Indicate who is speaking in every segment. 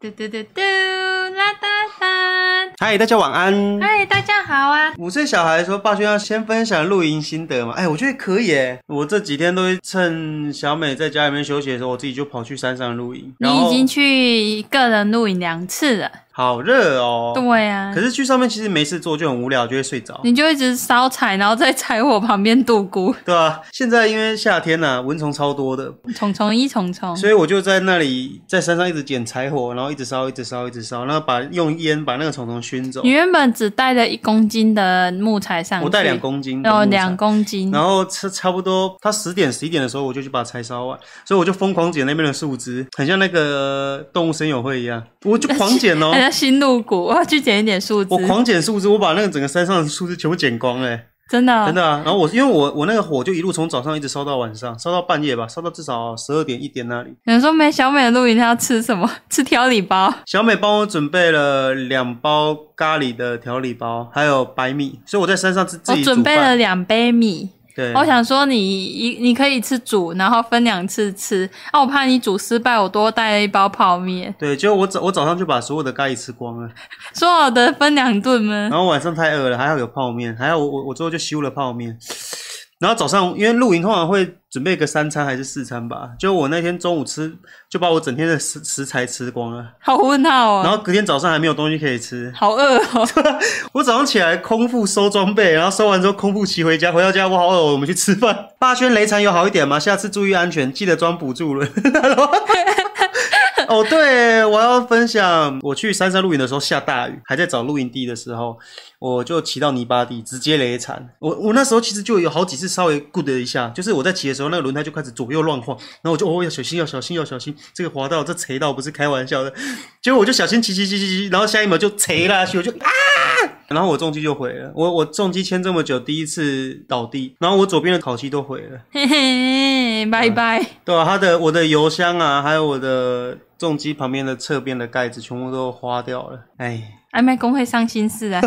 Speaker 1: 嘟嘟嘟嘟，啦哒哒！
Speaker 2: 嗨，大家晚安。
Speaker 1: 嗨，大家好啊！
Speaker 2: 五岁小孩说：“霸轩要先分享露营心得嘛？”哎，我觉得可以诶。我这几天都会趁小美在家里面休息的时候，我自己就跑去山上露营。然
Speaker 1: 你
Speaker 2: 后
Speaker 1: 已经去个人露营两次了，
Speaker 2: 好热哦。
Speaker 1: 对啊
Speaker 2: 可，是去上面其实没事做，就很无聊，就会睡着。
Speaker 1: 你就一直烧柴，然后在柴火旁边度 孤，
Speaker 2: 对啊，现在因为夏天呐、蚊虫超多的，
Speaker 1: 虫虫一虫虫。
Speaker 2: 所以我就在那里在山上一直捡柴火，然后一直烧，一直烧，一直烧，然后把用烟把那个虫虫熏走
Speaker 1: 你。原本只带了一公斤的木材上去，
Speaker 2: 哦我带两，公斤的木
Speaker 1: 哦，
Speaker 2: 材，
Speaker 1: 两公斤，
Speaker 2: 然后差差不多，他十点十一点的时候，我就去把柴烧完，所以我就疯狂捡那边的树枝，很像那个动物森友会一样，我就狂捡哦
Speaker 1: 还，有新露骨，我要去捡一点树枝
Speaker 2: 我，狂捡树枝，我把那个整个山上的树枝全部捡光嘞、
Speaker 1: 真的哦，
Speaker 2: 真的啊。然后我因为我我那个火就一路从早上一直烧到晚上，烧到半夜吧，烧到至少十二点一点那里。
Speaker 1: 有人说没小美的露营，她要吃什么？ 吃调理包。
Speaker 2: 小美帮我准备了两包咖喱的调理包，还有白米，所以我在山上自自
Speaker 1: 我哦
Speaker 2: 己
Speaker 1: 准
Speaker 2: 煮
Speaker 1: 备了
Speaker 2: 饭。
Speaker 1: 两杯米，
Speaker 2: 对，
Speaker 1: 我想说你一你可以一次煮，然后分两次吃。啊，我怕你煮失败，我多带了一包泡面，
Speaker 2: 对，就我早我早上就把所有的咖喱吃光了。
Speaker 1: 说好的分两顿吗？
Speaker 2: 然后晚上太饿了，还好有泡面，还好我我我最后就修了泡面。然后早上因为露营通常会准备个三餐还是四餐吧，就我那天中午吃就把我整天的食食材吃光了，
Speaker 1: 好问号
Speaker 2: 然
Speaker 1: 哦，
Speaker 2: 后隔天早上还没有东西可以吃。
Speaker 1: 好饿哦。
Speaker 2: 我早上起来空腹收装备，然后收完之后空腹骑回家，回到家我好饿哦，我们去吃饭。霸轩雷残有好一点吗？下次注意安全，记得装补助轮。哦，对，我要分享，我去山上露营的时候下大雨，还在找露营地的时候，我就骑到泥巴地，直接雷残。我我那时候其实就有好几次稍微 good 一下，就是我在骑的时候，那个轮胎就开始左右乱晃，然后我就哦要小心要小心要小心，这个滑道这锤道不是开玩笑的。结果我就小心骑骑骑骑骑，然后下一秒就锤下去，我就啊，然后我重机就毁了。我我重机签这么久，第一次倒地，然后我左边的烤漆都毁了。
Speaker 1: 嘿嘿，拜拜。
Speaker 2: 对啊，它的我的油箱啊，还有我的重机旁边的侧边的盖子，全部都花掉了。哎，
Speaker 1: 还卖啊工会伤心事 啊！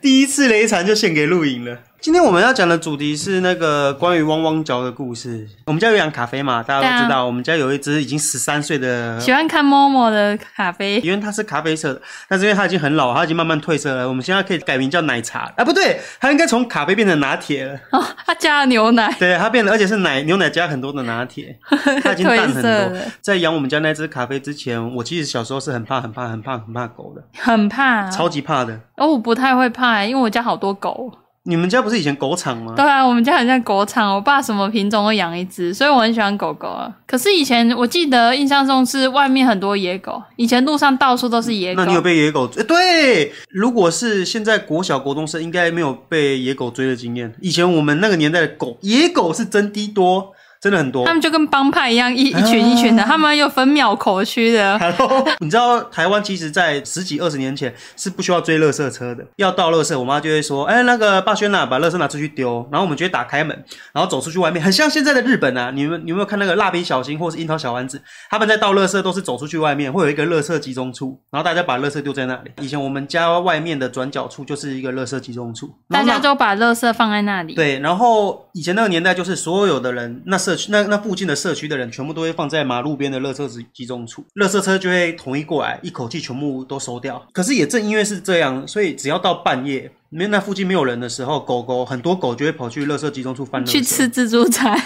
Speaker 2: 第一次雷残就献给露营了。今天我们要讲的主题是那个关于汪汪脚的故事。我们家有养咖啡嘛，大家都知
Speaker 1: 对
Speaker 2: 道，我们家有一只已经十三岁的
Speaker 1: 喜欢看 Momo 的咖 啡，
Speaker 2: 因为它是咖啡色的，但是因为它已经很老，它已经慢慢褪色了。我们现在可以改名叫奶茶啊，不对，它应该从咖啡变成拿铁了。
Speaker 1: 哦，他加了牛奶，
Speaker 2: 对，它变得，而且是奶牛奶加很多的拿 铁，它已经淡很
Speaker 1: 褪色
Speaker 2: 多
Speaker 1: 了。
Speaker 2: 在养我们家那只咖啡之前，我其实小时候是很怕、很怕、很怕、很怕狗的，
Speaker 1: 很怕、
Speaker 2: 超级怕的。
Speaker 1: 哦，我不太会怕、因为我家好多狗。
Speaker 2: 你们家不是以前狗场吗？
Speaker 1: 对啊，我们家很像狗场，我爸什么品种都养一只，所以我很喜欢狗狗啊。可是以前我记得印象中是外面很多野狗，以前路上到处都是野狗。
Speaker 2: 那你有被野狗追？对，如果是现在国小国中生，应该没有被野狗追的经验。以前我们那个年代的狗，野狗是真的多，真的很多。
Speaker 1: 他们就跟帮派一样，一一群一群的，他们有分秒口区的。
Speaker 2: Hello，你知道台湾其实，在十几二十年前是不需要追垃圾车的，要倒垃圾，我妈就会说：“哎、那个霸轩呐、把垃圾拿出去丢。”然后我们就会打开门，然后走出去外面，很像现在的日本啊。你们你有没有看那个蜡笔小新或是樱桃小丸子？他们在倒垃圾都是走出去外面，会有一个垃圾集中处，然后大家把垃圾丢在那里。以前我们家外面的转角处就是一个垃圾集中处，
Speaker 1: 大
Speaker 2: 然后那
Speaker 1: 家都把垃圾放在那里，
Speaker 2: 对，然后以前那个年代，就是所有的人，那社区那那附近的社区的人，全部都会放在马路边的垃圾集集中处，垃圾车就会统一过来，一口气全部都收掉。可是也正因为是这样，所以只要到半夜，没那附近没有人的时候，狗狗很多狗就会跑去垃圾集中处翻垃圾，
Speaker 1: 去吃 自助餐。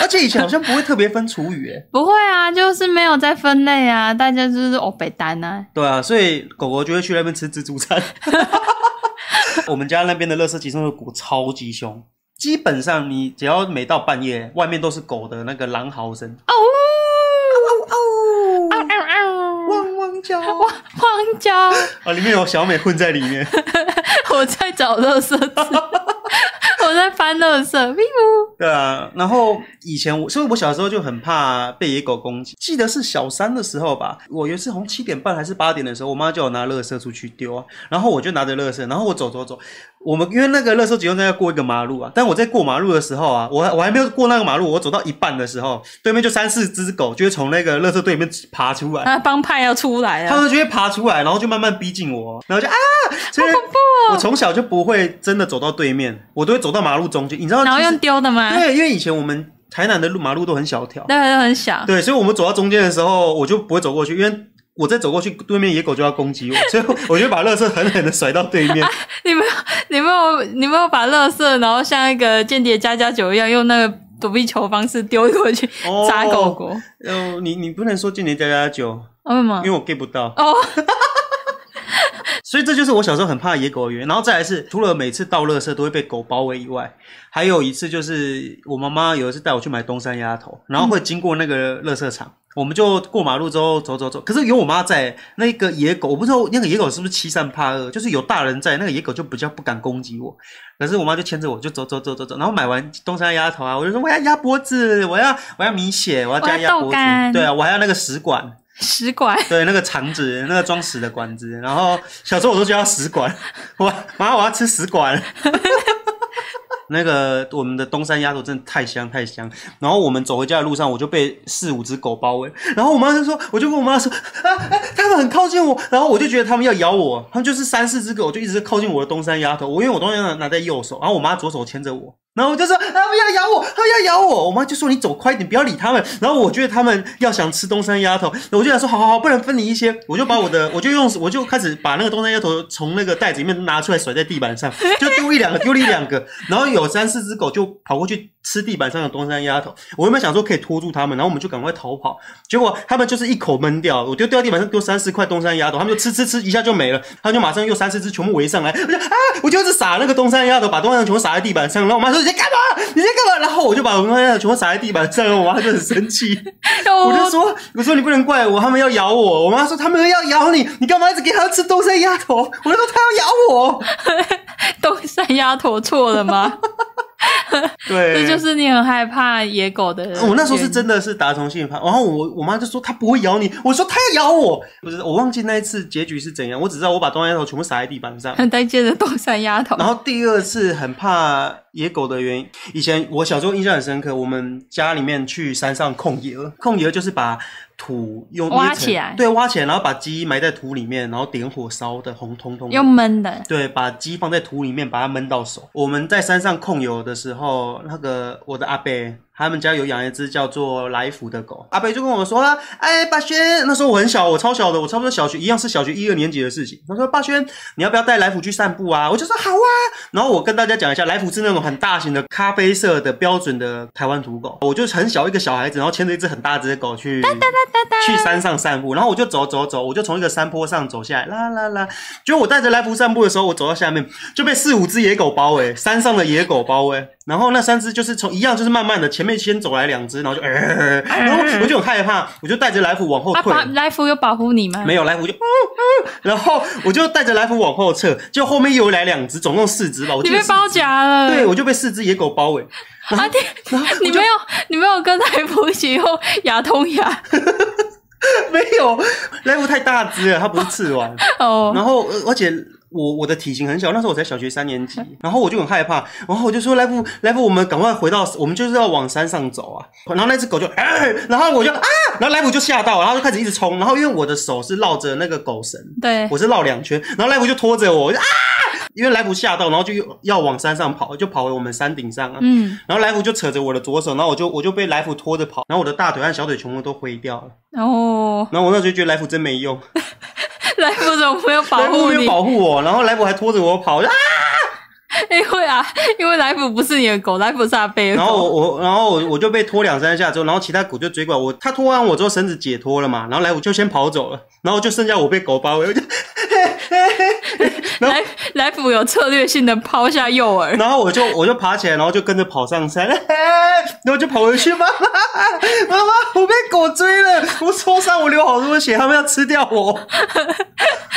Speaker 2: 而且以前好像不会特别分厨余、欸，
Speaker 1: 不会啊，就是没有在分类啊，大家就是哦北单啊。
Speaker 2: 对啊，所以狗狗就会去那边吃自助餐。我们家那边的垃圾集中的狗超级凶，基本上你只要每到半夜，外面都是狗的那个狼嚎声，
Speaker 1: 哦
Speaker 2: 哦
Speaker 1: 呜，嗷嗷嗷，
Speaker 2: 汪汪叫，
Speaker 1: 哦哇，荒郊，
Speaker 2: 啊，里面有小美混在里面。
Speaker 1: 我在找垃圾 吃，我在翻垃圾，屁股。
Speaker 2: 对啊，然后以前我，所以我小时候就很怕被野狗攻击。记得是小三的时候吧，我有一次好像七点半还是八点的时候，我妈叫我拿垃圾出去丢啊，然后我就拿着垃圾，然后我走走走，我们因为那个垃圾集中站要过一个马路啊，但我在过马路的时候啊，我还我还没有过那个马路，我走到一半的时候，对面就三四只狗就会从那个垃圾堆里面爬出来，
Speaker 1: 啊，帮派要出来啊
Speaker 2: 他
Speaker 1: 了，
Speaker 2: 们就会爬出来，然后就慢慢逼近我，然后就啊，所以
Speaker 1: 哦
Speaker 2: 我从小就不会真的走到对面，我都会走到马路中间，你知道，
Speaker 1: 然后
Speaker 2: 其实
Speaker 1: 用丢的吗？
Speaker 2: 对，因为以前我们台南的路马路都很小条，
Speaker 1: 那个很小，
Speaker 2: 对，所以我们走到中间的时候，我就不会走过去，因为。我再走过去，对面野狗就要攻击我，所以我就把垃圾狠狠的甩到对面。
Speaker 1: 你没有，你没有，你没有把垃圾，然后像一个间谍加加酒一样，用那个躲避球方式丢过去
Speaker 2: 哦
Speaker 1: 砸狗狗，为
Speaker 2: 哦，你你不能说今年加加酒，
Speaker 1: 什么
Speaker 2: 因为？我 get 不到。
Speaker 1: 哦，
Speaker 2: 所以这就是我小时候很怕野狗的原因。然后再来是，除了每次倒垃圾都会被狗包围以外，还有一次就是我妈妈有一次带我去买东山鸭头，然后会经过那个垃圾
Speaker 1: 嗯
Speaker 2: 场，我们就过马路之后走走走。可是有我妈在，那个野狗我不知道那个野狗是不是欺善怕恶，就是有大人在，那个野狗就比较不敢攻击我。可是我妈就牵着我就走走走走走，然后买完东山鸭头啊，我就说我要鸭脖子，我要我要米血，我要加
Speaker 1: 我要
Speaker 2: 鸭
Speaker 1: 豆
Speaker 2: 脖子
Speaker 1: 干，
Speaker 2: 对啊，我还要那个食管。
Speaker 1: 食管，
Speaker 2: 对，那个肠子，那个装屎的管子。然后小时候我都叫它屎管，我妈我要吃屎管。 那个我们的东山鸭头真的太香太香，然后我们走回家的路上，我就被四五只狗包围，然后我妈就说，我就跟我妈说，啊，啊他们很靠近我，然后我就觉得他们要咬我，他们就是三四只狗，就一直靠近我的东山鸭头，我因为我东山鸭头拿在右手，然后我妈左手牵着我，然后我就说他们要咬我，他们要咬我，我妈就说你走快一点，不要理他们，然后我觉得他们要想吃东山鸭头，我就想说好好好，不然分你一些， 我就把我的，我就用，我就开始把那个东山鸭头从那个袋子里面拿出来甩在地板上，就丢一两个，丢了一两个，然后有三四只狗就跑过去吃地板上的东山鸭头，我原本想说可以拖住它们，然后我们就赶快逃跑，结果他们就是一口闷掉，我丢掉地板上丢三四块东山鸭头，他们就吃吃吃一下就没了，他们就马上又三四只全部围上来，我就啊，我就一直撒那个东山鸭头，把东山鸭头全部撒在地板上，然后我妈说你在干嘛？你在干嘛？然后我就把东山鸭头全部撒在地板上，然后我妈就很 生气。
Speaker 1: 哦
Speaker 2: 我就说，我说你不能怪我，他们要咬我。我妈说他们要咬你，你干嘛一直给他吃东山鸭头？我就说他要咬我。
Speaker 1: 东山鸭头错了吗？
Speaker 2: 对，
Speaker 1: 这
Speaker 2: 哦
Speaker 1: 就是你很害怕野狗的。
Speaker 2: 我那时候是，真的是打从心里怕，然后我我妈就说她不会咬你，我说她要咬我，不是我忘记那一次结局是怎样，我只知道我把东山鸭头全部撒在地板上，
Speaker 1: 很带劲的东山鸭头。
Speaker 2: 然后第二次很怕野狗的原因，以前我小时候印象很深刻，我们家里面去山上控野鹅，控野鹅就是把土用
Speaker 1: 挖
Speaker 2: 捏成
Speaker 1: 起来
Speaker 2: 对，挖起来，然后把鸡埋在土里面，然后点火烧的红彤彤的，
Speaker 1: 又闷的，
Speaker 2: 对，把鸡放在土里面，把它闷到熟。我们在山上控油的时候，那个我的阿伯他们家有养一只叫做来福的狗，阿伯就跟我说啦，哎，霸轩，那时候我很小，我超小的，我差不多小学一样是小学一二年级的事情。他说霸轩，你要不要带来福去散步啊？我就说好啊。然后我跟大家讲一下，来福是那种很大型的咖啡色的标准的台湾土狗，我就很小一个小孩子，然后牵着一只很大只的狗去去山上散步，然后我就走走走，我就从一个山坡上走下来，啦啦啦，结果我带着来福散步的时候，我走到下面就被四五只野狗包围，山上的野狗包围。然后那三只就是从一样，就是慢慢的前面先走来两只，然后就呃，然后我就很害怕，我就带着来福往后
Speaker 1: 啊，
Speaker 2: 退。
Speaker 1: 保来福有保护你吗？
Speaker 2: 没有来福就，嗯 嗯，然后我就带着来福往后撤，就后面又来两只，总共四只吧。我记
Speaker 1: 你
Speaker 2: 得
Speaker 1: 被
Speaker 2: 是
Speaker 1: 包夹了。
Speaker 2: 对，我就被四只野狗包欸 围。
Speaker 1: 啊，你你没有你没有跟来福一起用牙通牙
Speaker 2: 没有，来福太大只了，它不是刺丸。
Speaker 1: 哦，
Speaker 2: 然后呃而且我我的体型很小，那时候我才小学三年 级，然后我就很害怕，然后我就说来福来福，我们赶快回到，我们就是要往山上走啊。然后那只狗就，哎，然后我就啊，然后来福就吓到，然后就开始一直冲，然后因为我的手是绕着那个狗绳，
Speaker 1: 对，
Speaker 2: 我是绕两圈，然后来福就拖着我，我就啊，因为来福吓到，然后就又要往山上跑，就跑回我们山顶上啊。
Speaker 1: 嗯，
Speaker 2: 然后来福就扯着我的左手，然后我就我就被来福拖着跑，然后我的大腿和小腿全部都灰掉了。
Speaker 1: 然后
Speaker 2: 然后我那时候就觉得来福真没用，
Speaker 1: 来福怎么没有保
Speaker 2: 来福
Speaker 1: 护
Speaker 2: 没有
Speaker 1: 你？
Speaker 2: 保护我，然后来福还拖着我跑，我就啊
Speaker 1: 因为啊，因为来福不是你的狗，来福是阿贝的
Speaker 2: 然后
Speaker 1: 狗。
Speaker 2: 我我然后我我就被拖两三下之后，然后其他狗就追过来，我他拖完我之后绳子解脱了嘛，然后来我就先跑走了，然后就剩下我被狗包围，我就
Speaker 1: 来来福有策略性的抛下诱饵，
Speaker 2: 然后我就我就爬起来，然后就跟着跑上山， 然后就跑回去，妈妈妈妈，我被狗追了，我受伤，我流好多血，他们要吃掉我。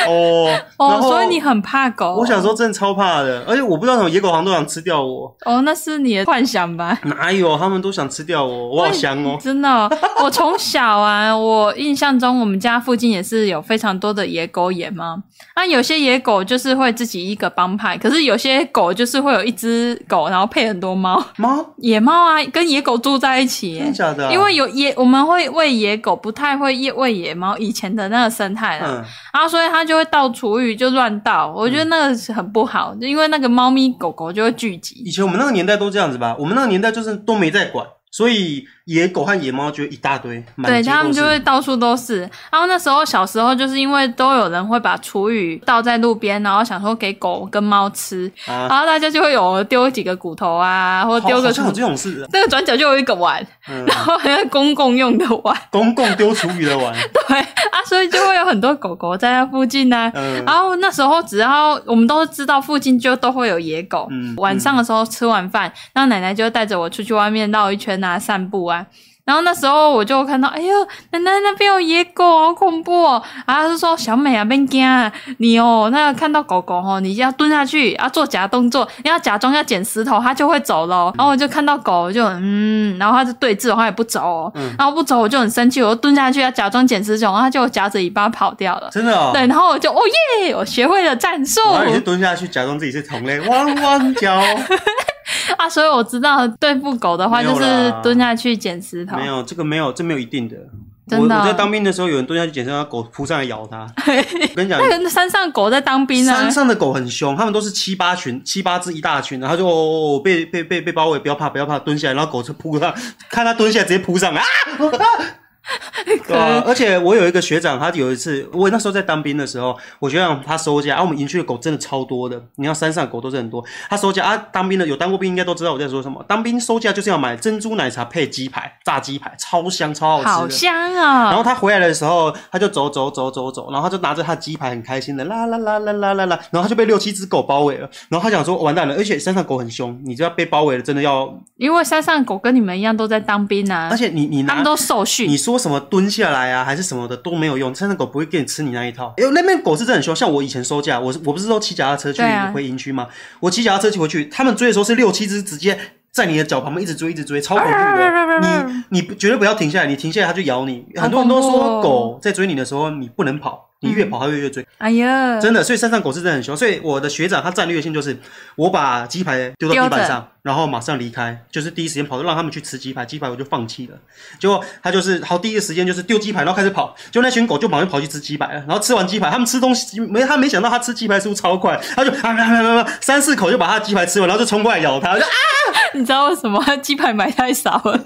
Speaker 2: 哦，然
Speaker 1: 哦，
Speaker 2: 后
Speaker 1: 所以你很怕狗。
Speaker 2: 我小时候真的超怕的，而且我不知道什么野狗好像都想吃掉我，
Speaker 1: 哦，那是你的幻想吧？
Speaker 2: 哪有他们都想吃掉我，我好香哦。
Speaker 1: 真的哦、我从小啊，我印象中我们家附近也是有非常多的野狗野猫。那、有些野狗就是会自己一个帮派，可是有些狗就是会有一只狗，然后配很多猫。
Speaker 2: 猫，
Speaker 1: 野猫啊，跟野狗住在一起耶
Speaker 2: 真的假的啊、
Speaker 1: 因为有野，我们会喂野狗，不太会喂喂野猫以前的那个生态啦。
Speaker 2: 嗯。
Speaker 1: 然后所以它就会倒厨余，就乱倒。我觉得那个是很不好，
Speaker 2: 嗯
Speaker 1: 就因为那个猫咪狗狗就会聚集。
Speaker 2: 以前我们那个年代都这样子吧，我们那个年代就是都没在管，所以野狗和野猫就一大堆，满
Speaker 1: 对
Speaker 2: 街
Speaker 1: 他们
Speaker 2: 都是
Speaker 1: 就会到处都是。然后那时候小时候就是因为都有人会把厨余倒在路边，然后想说给狗跟猫吃，
Speaker 2: 啊，
Speaker 1: 然后大家就会有丢几个骨头啊，或
Speaker 2: 好
Speaker 1: 者丢
Speaker 2: 好
Speaker 1: 个什
Speaker 2: 像有
Speaker 1: 么。
Speaker 2: 这种事，
Speaker 1: 那个转角就有一个碗，
Speaker 2: 嗯，
Speaker 1: 然后还有公共用的碗，
Speaker 2: 公共丢厨余的碗，
Speaker 1: 对啊，所以就会有很多狗狗在那附近啊呢、
Speaker 2: 嗯
Speaker 1: 然后那时候只要我们都知道附近就都会有野狗，
Speaker 2: 嗯
Speaker 1: 晚上的时候吃完饭，然后奶奶就带着我出去外面绕一圈啊，散步啊。然后那时候我就看到，哎呦，奶奶那边有野狗，好恐怖哦！然后她就说：“小美啊，别惊啊，你哦，那看到狗狗哦，你要蹲下去，要做假动作，你要假装要捡石头，它就会走
Speaker 2: 嗯
Speaker 1: 咯。然后我就看到狗，我就嗯，然后它就对峙，它也不走、哦，
Speaker 2: 嗯
Speaker 1: 然后不走我就很生气，我就蹲下去要假装捡石头，然后它就夹着尾巴跑掉了。
Speaker 2: 真的哦。
Speaker 1: 对，然后我就哦耶，我学会了战术
Speaker 2: 然后你就蹲下去，假装自己是同类，弯 弯脚。
Speaker 1: 啊！所以我知道对付狗的话，
Speaker 2: 没有
Speaker 1: 就是
Speaker 2: 啦
Speaker 1: 蹲下去捡石头
Speaker 2: 没。有这个没有，这没有一定的。
Speaker 1: 真
Speaker 2: 我
Speaker 1: 的哦
Speaker 2: 我在当兵的时候，有人蹲下去捡身，狗扑上来咬 他。我跟你讲，
Speaker 1: 那个山上狗在当兵啊
Speaker 2: 山，上的狗很凶，他们都是七八群、七八只一大群，然后就哦哦哦被被被被包围，不要怕，不要怕，蹲下来，然后狗就扑上， 看它蹲下来直接扑 上来啊！对啊，而且我有一个学长，他有一次，我那时候在当兵的时候，我学长他收假，啊，我们营区的狗真的超多的，你看山上的狗都是很多，他收假啊，当兵的有当过兵应该都知道我在说什么，当兵收假就是要买珍珠奶茶配鸡排，炸鸡排超香超好吃的，
Speaker 1: 好香
Speaker 2: 然
Speaker 1: 啊！
Speaker 2: 后他回来的时候，他就走走走走走，然后他就拿着他的鸡排很开心的啦啦啦啦啦啦啦，然后他就被六七只狗包围了，然后他想说完蛋了，而且山上狗很凶，你就要被包围了，真的要，
Speaker 1: 因为山上狗跟你们一样都在当兵啊
Speaker 2: 而，且你你
Speaker 1: 他
Speaker 2: 拿
Speaker 1: 们都受训
Speaker 2: 你。说什么蹲下来啊，还是什么的都没有用，山上狗不会给你吃你那一套。哎呦，那边狗是真的很凶，像我以前收假，我是我不是都骑脚踏车去
Speaker 1: 对啊
Speaker 2: 回营区吗？我骑脚踏车去回去，他们追的时候是六七只直接。在你的脚旁边一直追，一直追，超恐怖
Speaker 1: 啊
Speaker 2: 的。你你绝对不要停下来，你停下来它就咬你。很多人都
Speaker 1: 好恐怖
Speaker 2: 说
Speaker 1: 哦
Speaker 2: 狗在追你的时候，你不能跑，你越跑它会越追。
Speaker 1: 哎呀，
Speaker 2: 真的，所以山上狗是真的很凶。所以我的学长他战略性就是，我把鸡排丢到地板
Speaker 1: 丢
Speaker 2: 上，然后马上离开，就是第一时间跑，就让他们去吃鸡排，鸡排我就放弃了。结果他就是好第一个时间就是丢鸡排，然后开始跑，就那群狗就马上跑去吃鸡排了。然后吃完鸡排，他们吃东西没他没想到他吃鸡排速度超快，他就啊啊啊啊啊三四口就把他的鸡排吃完，然后就冲过来咬他，就啊
Speaker 1: 你知道为什么鸡排买太少 了？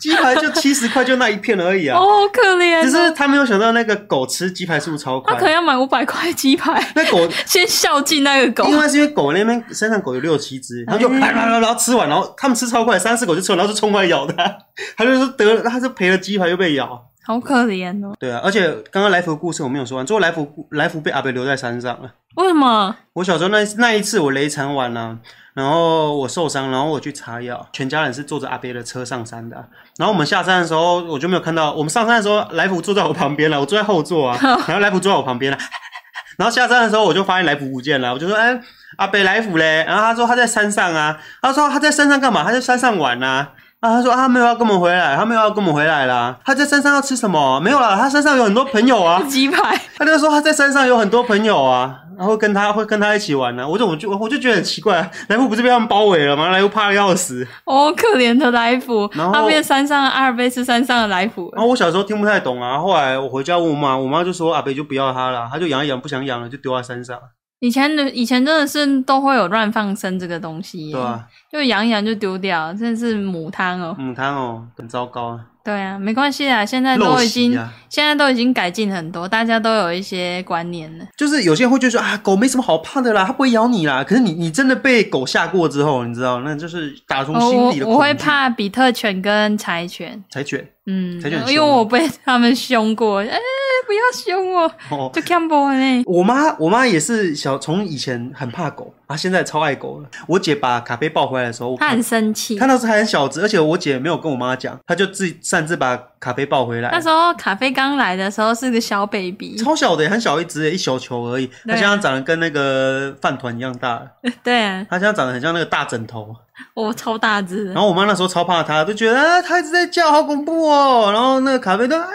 Speaker 2: 鸡排就七十块就那一片而已啊。
Speaker 1: 哦，好可怜
Speaker 2: 只
Speaker 1: 哦，
Speaker 2: 是他没有想到那个狗吃鸡排速度超
Speaker 1: 他
Speaker 2: 快
Speaker 1: 可，能要买五百块鸡 排，
Speaker 2: 那狗
Speaker 1: 先孝敬那个狗
Speaker 2: 因。为是因为狗那边身上狗有六七只，然后就
Speaker 1: 哎
Speaker 2: 啪啪啪，然后吃完，然后他们吃超快，三四口就吃完，然后就冲过来咬它， 他就说得了，他就赔了鸡排又被咬。
Speaker 1: 好可怜哦！
Speaker 2: 对啊，而且刚刚来福的故事我没有说完，最后来福故来福被阿北留在山上了。
Speaker 1: 为什 么？
Speaker 2: 我小时候那那一次我雷残完了、然后我受伤，然后我去查药，全家人是坐着阿伯的车上山的。啊然后我们下山的时候，我就没有看到，我们上山的时候，来福坐在我旁边了，我坐在后座啊，然后来福坐在我旁边了。 然后下山的时候，我就发现来福不见了，我就说：“哎，阿北来福嘞？”然后他说他在山上啊，他说他在山上干嘛？他在山上玩啊。啊，他说啊他没有要跟我们回来，他没有要跟我们回来啦。他在山上要吃什么？没有啦，他山上有很多朋友啊。
Speaker 1: 鸡排
Speaker 2: 他就说他在山上有很多朋友啊，然后跟他会跟他一起玩呢、啊。我就我就我就觉得很奇怪、啊，莱福不是被他们包围了吗？莱福怕的要死。
Speaker 1: 哦，可怜的来福，
Speaker 2: 然后
Speaker 1: 那边山上阿尔卑斯山上的来福，
Speaker 2: 然后我小时候听不太懂啊，后来我回家问我妈，我妈就说阿北就不要他了，他就养一养，不想养了就丢在山上，
Speaker 1: 以前的以前真的是都会有乱放生这个东西耶，
Speaker 2: 对啊吧、
Speaker 1: 就养一养就丢掉，真的是母汤哦。
Speaker 2: 母汤哦，很糟糕啊，
Speaker 1: 对啊，没关系啊，现在
Speaker 2: 陋
Speaker 1: 都已
Speaker 2: 习
Speaker 1: 经、
Speaker 2: 啊。
Speaker 1: 现在都已经改进很多，大家都有一些观念了。
Speaker 2: 就是有些人会觉得说啊，狗没什么好怕的啦，它不会咬你啦。可是你你真的被狗吓过之后，你知道，那就是打从
Speaker 1: 哦
Speaker 2: 心
Speaker 1: 我
Speaker 2: 底的
Speaker 1: 我会
Speaker 2: 恐惧
Speaker 1: 怕比特犬跟柴犬，
Speaker 2: 柴犬
Speaker 1: 嗯，
Speaker 2: 柴犬
Speaker 1: 因
Speaker 2: 凶
Speaker 1: 为我被他们凶过， 哎、不要凶我，
Speaker 2: 哦。
Speaker 1: 就看不呢。
Speaker 2: 我妈，我妈也是小，从以前很怕狗啊，现在超爱狗了。我姐把卡贝抱回来的时候，我
Speaker 1: 他很生气
Speaker 2: 看，到是还很小只，而且我姐没有跟我妈讲，她就自己擅自把卡贝抱回来
Speaker 1: 那。时候卡菲刚来的时候是个小 baby，
Speaker 2: 超小的，很小一只，一小球而已。它
Speaker 1: 对啊
Speaker 2: 现在长得跟那个饭团一样大，
Speaker 1: 对啊，
Speaker 2: 它现在长得很像那个大枕头。
Speaker 1: 我超大只的
Speaker 2: 然。后我妈那时候超怕它，就觉得啊，它一直在叫，好恐怖哦。然后那个卡贝都啊，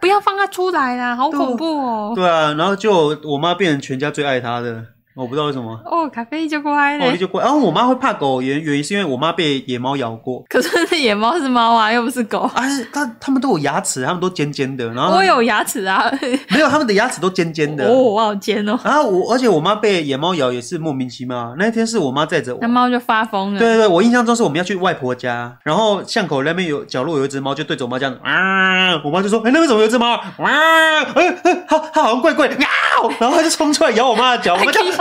Speaker 1: 不要放它出来啦，好
Speaker 2: 对
Speaker 1: 恐怖哦！
Speaker 2: 对啊，然后就我妈变成全家最爱它的。我不知道为什么。
Speaker 1: 哦，咖啡就乖
Speaker 2: 哦，
Speaker 1: 嘞。
Speaker 2: 就过。然、后我妈会怕狗，原原因是因为我妈被野猫咬过。
Speaker 1: 可是野猫是猫啊，又不是狗。
Speaker 2: 啊，它它们都有牙齿，它们都尖尖的，然后
Speaker 1: 我有牙齿啊，
Speaker 2: 没有它们的牙齿都尖尖的。
Speaker 1: 哦，我好尖哦。
Speaker 2: 然后我而且我妈被野猫咬也是莫名其妙。那天是我妈载着我
Speaker 1: 那，猫就发疯了。
Speaker 2: 对对对，我印象中是我们要去外婆家，然后巷口那边有角落有一只猫，就对着我妈这样啊，我妈就说：“哎、那边怎么有一只猫啊？啊，哎、哎它它好像怪怪的，喵！”然后它就冲出来咬我妈 的脚，我
Speaker 1: 它
Speaker 2: 妈就
Speaker 1: 可以，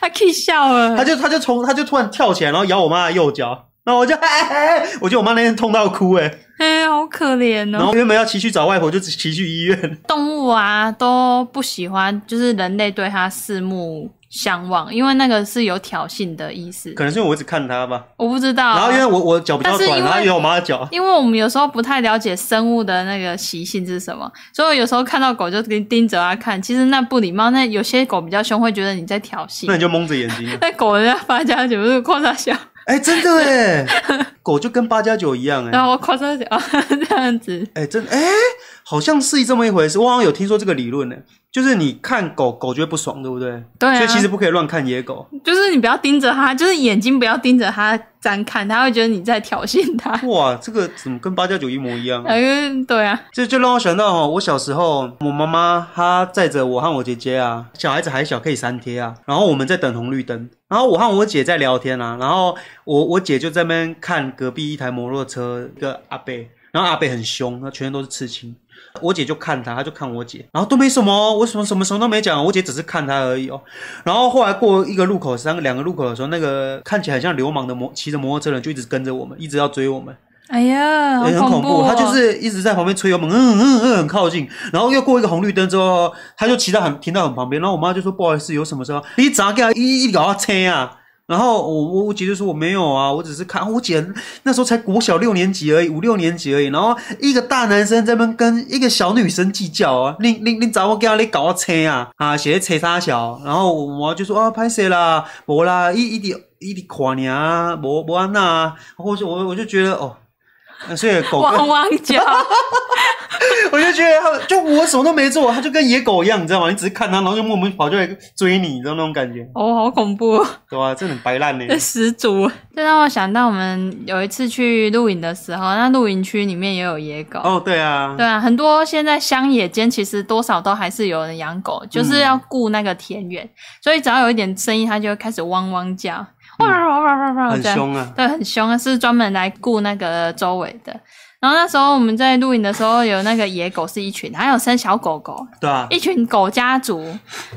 Speaker 1: 它可以笑
Speaker 2: 它
Speaker 1: 了。
Speaker 2: 就它就从它就突然跳起来，然后咬我妈的右脚。然后我就， 哎哎哎我觉得我妈那天痛到哭哎、
Speaker 1: 哎，好可怜
Speaker 2: 然
Speaker 1: 哦。
Speaker 2: 后原本要骑去找外婆，就骑去医院。
Speaker 1: 动物啊都不喜欢，就是人类对它四目相望，因为那个是有挑衅的意思
Speaker 2: 可。能是因为我一直看它吧。
Speaker 1: 我不知道。
Speaker 2: 然后因为我我脚比较
Speaker 1: 啊但是
Speaker 2: 短，
Speaker 1: 因为
Speaker 2: 然后咬我妈的脚。
Speaker 1: 因为我们有时候不太了解生物的那个习性是什么，所以有时候看到狗就盯盯着它看，其实那不礼貌。那有些狗比较凶，会觉得你在挑
Speaker 2: 那
Speaker 1: 衅。
Speaker 2: 你就蒙着眼睛。
Speaker 1: 那狗人家发家酒就是夸张小，
Speaker 2: 哎、真的哎，狗就跟八加九一样哎。
Speaker 1: 然后夸张小 这样子，
Speaker 2: 哎、真哎、好像是这么一回事。我好像有听说这个理论呢，就是你看狗狗就会不爽，对不对？
Speaker 1: 对啊
Speaker 2: 所以其实不可以乱看野狗。
Speaker 1: 就是你不要盯着它，就是眼睛不要盯着它张看，它会觉得你在挑衅它。
Speaker 2: 哇，这个怎么跟八加九一模一样？
Speaker 1: 嗯，对啊，
Speaker 2: 这就让我想到哦，我小时候，我妈妈她载着我和我姐姐啊，小孩子还小，可以三贴啊。然后我们在等红绿灯，然后我和我姐在聊天啊，然后我我姐就在那边看隔壁一台摩托车一个阿伯，然后阿伯很凶，他全身都是刺青。我姐就看他，他就看我姐，然后都没什么哦，我什么什么什么都没讲，我姐只是看他而已哦。然后后来过一个路口，三个两个路口的时候，那个看起来很像流氓的摩骑着摩托车的人就一直跟着我们，一直要追我们。
Speaker 1: 哎呀，好
Speaker 2: 也很
Speaker 1: 恐
Speaker 2: 恐怖，
Speaker 1: 哦
Speaker 2: 他就是一直在旁边吹油门，嗯嗯嗯，很靠近，然后又过一个红绿灯之后，他就骑到很停到很旁边，然后我妈就说不好意思，有什么事吗？你咋给他一一搞他车啊？然后我我我姐就说我没有啊，我只是看我姐那时候才国小六年级而已，五六年级而已，然后一个大男生在那边跟一个小女生计较啊，你你你咋我给他你搞到车啊啊，写车啥小，然后我妈就说啊拍谁啦，无啦，一一点一点看你啊，无无安那啊，我就我我就觉得哦。呃所以狗跟
Speaker 1: 汪汪叫，
Speaker 2: 我就觉得他，就我什么都没做，他就跟野狗一样，你知道吗？你只是看他，然后就莫名跑出来追你，你知道那种感觉，
Speaker 1: 哦，好恐怖、哦。
Speaker 2: 对吧、这很白烂 呢、
Speaker 1: 这十足，这让我想到我们有一次去露营的时候，那露营区里面也有野狗。
Speaker 2: 哦，对啊，
Speaker 1: 对啊，很多现在乡野间其实多少都还是有人养狗，
Speaker 2: 嗯
Speaker 1: 就是要顾那个田园，所以只要有一点声音，它就会开始汪汪叫，
Speaker 2: 嗯
Speaker 1: 哇哇哇哇哇，
Speaker 2: 很
Speaker 1: 这样
Speaker 2: 凶啊。
Speaker 1: 对，很凶，是专门来顾那个周围的。然后那时候我们在露营的时候，有那个野狗是一群，还有生小狗狗，
Speaker 2: 对啊，
Speaker 1: 一群狗家族，